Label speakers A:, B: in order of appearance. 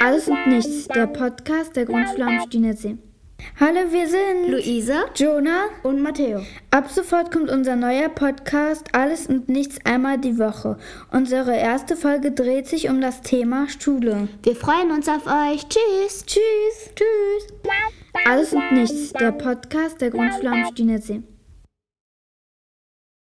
A: Alles und Nichts, der Podcast der Grundschule am Stienersee. Hallo, wir sind
B: Luisa
A: Jonah.
B: und Matteo.
A: Ab sofort kommt unser neuer Podcast Alles und Nichts einmal die Woche. Unsere erste Folge dreht sich um das Thema Schule.
B: Wir freuen uns auf euch. Tschüss.
A: Tschüss. Tschüss. Alles und Nichts, der Podcast der Grundschule am Stienersee.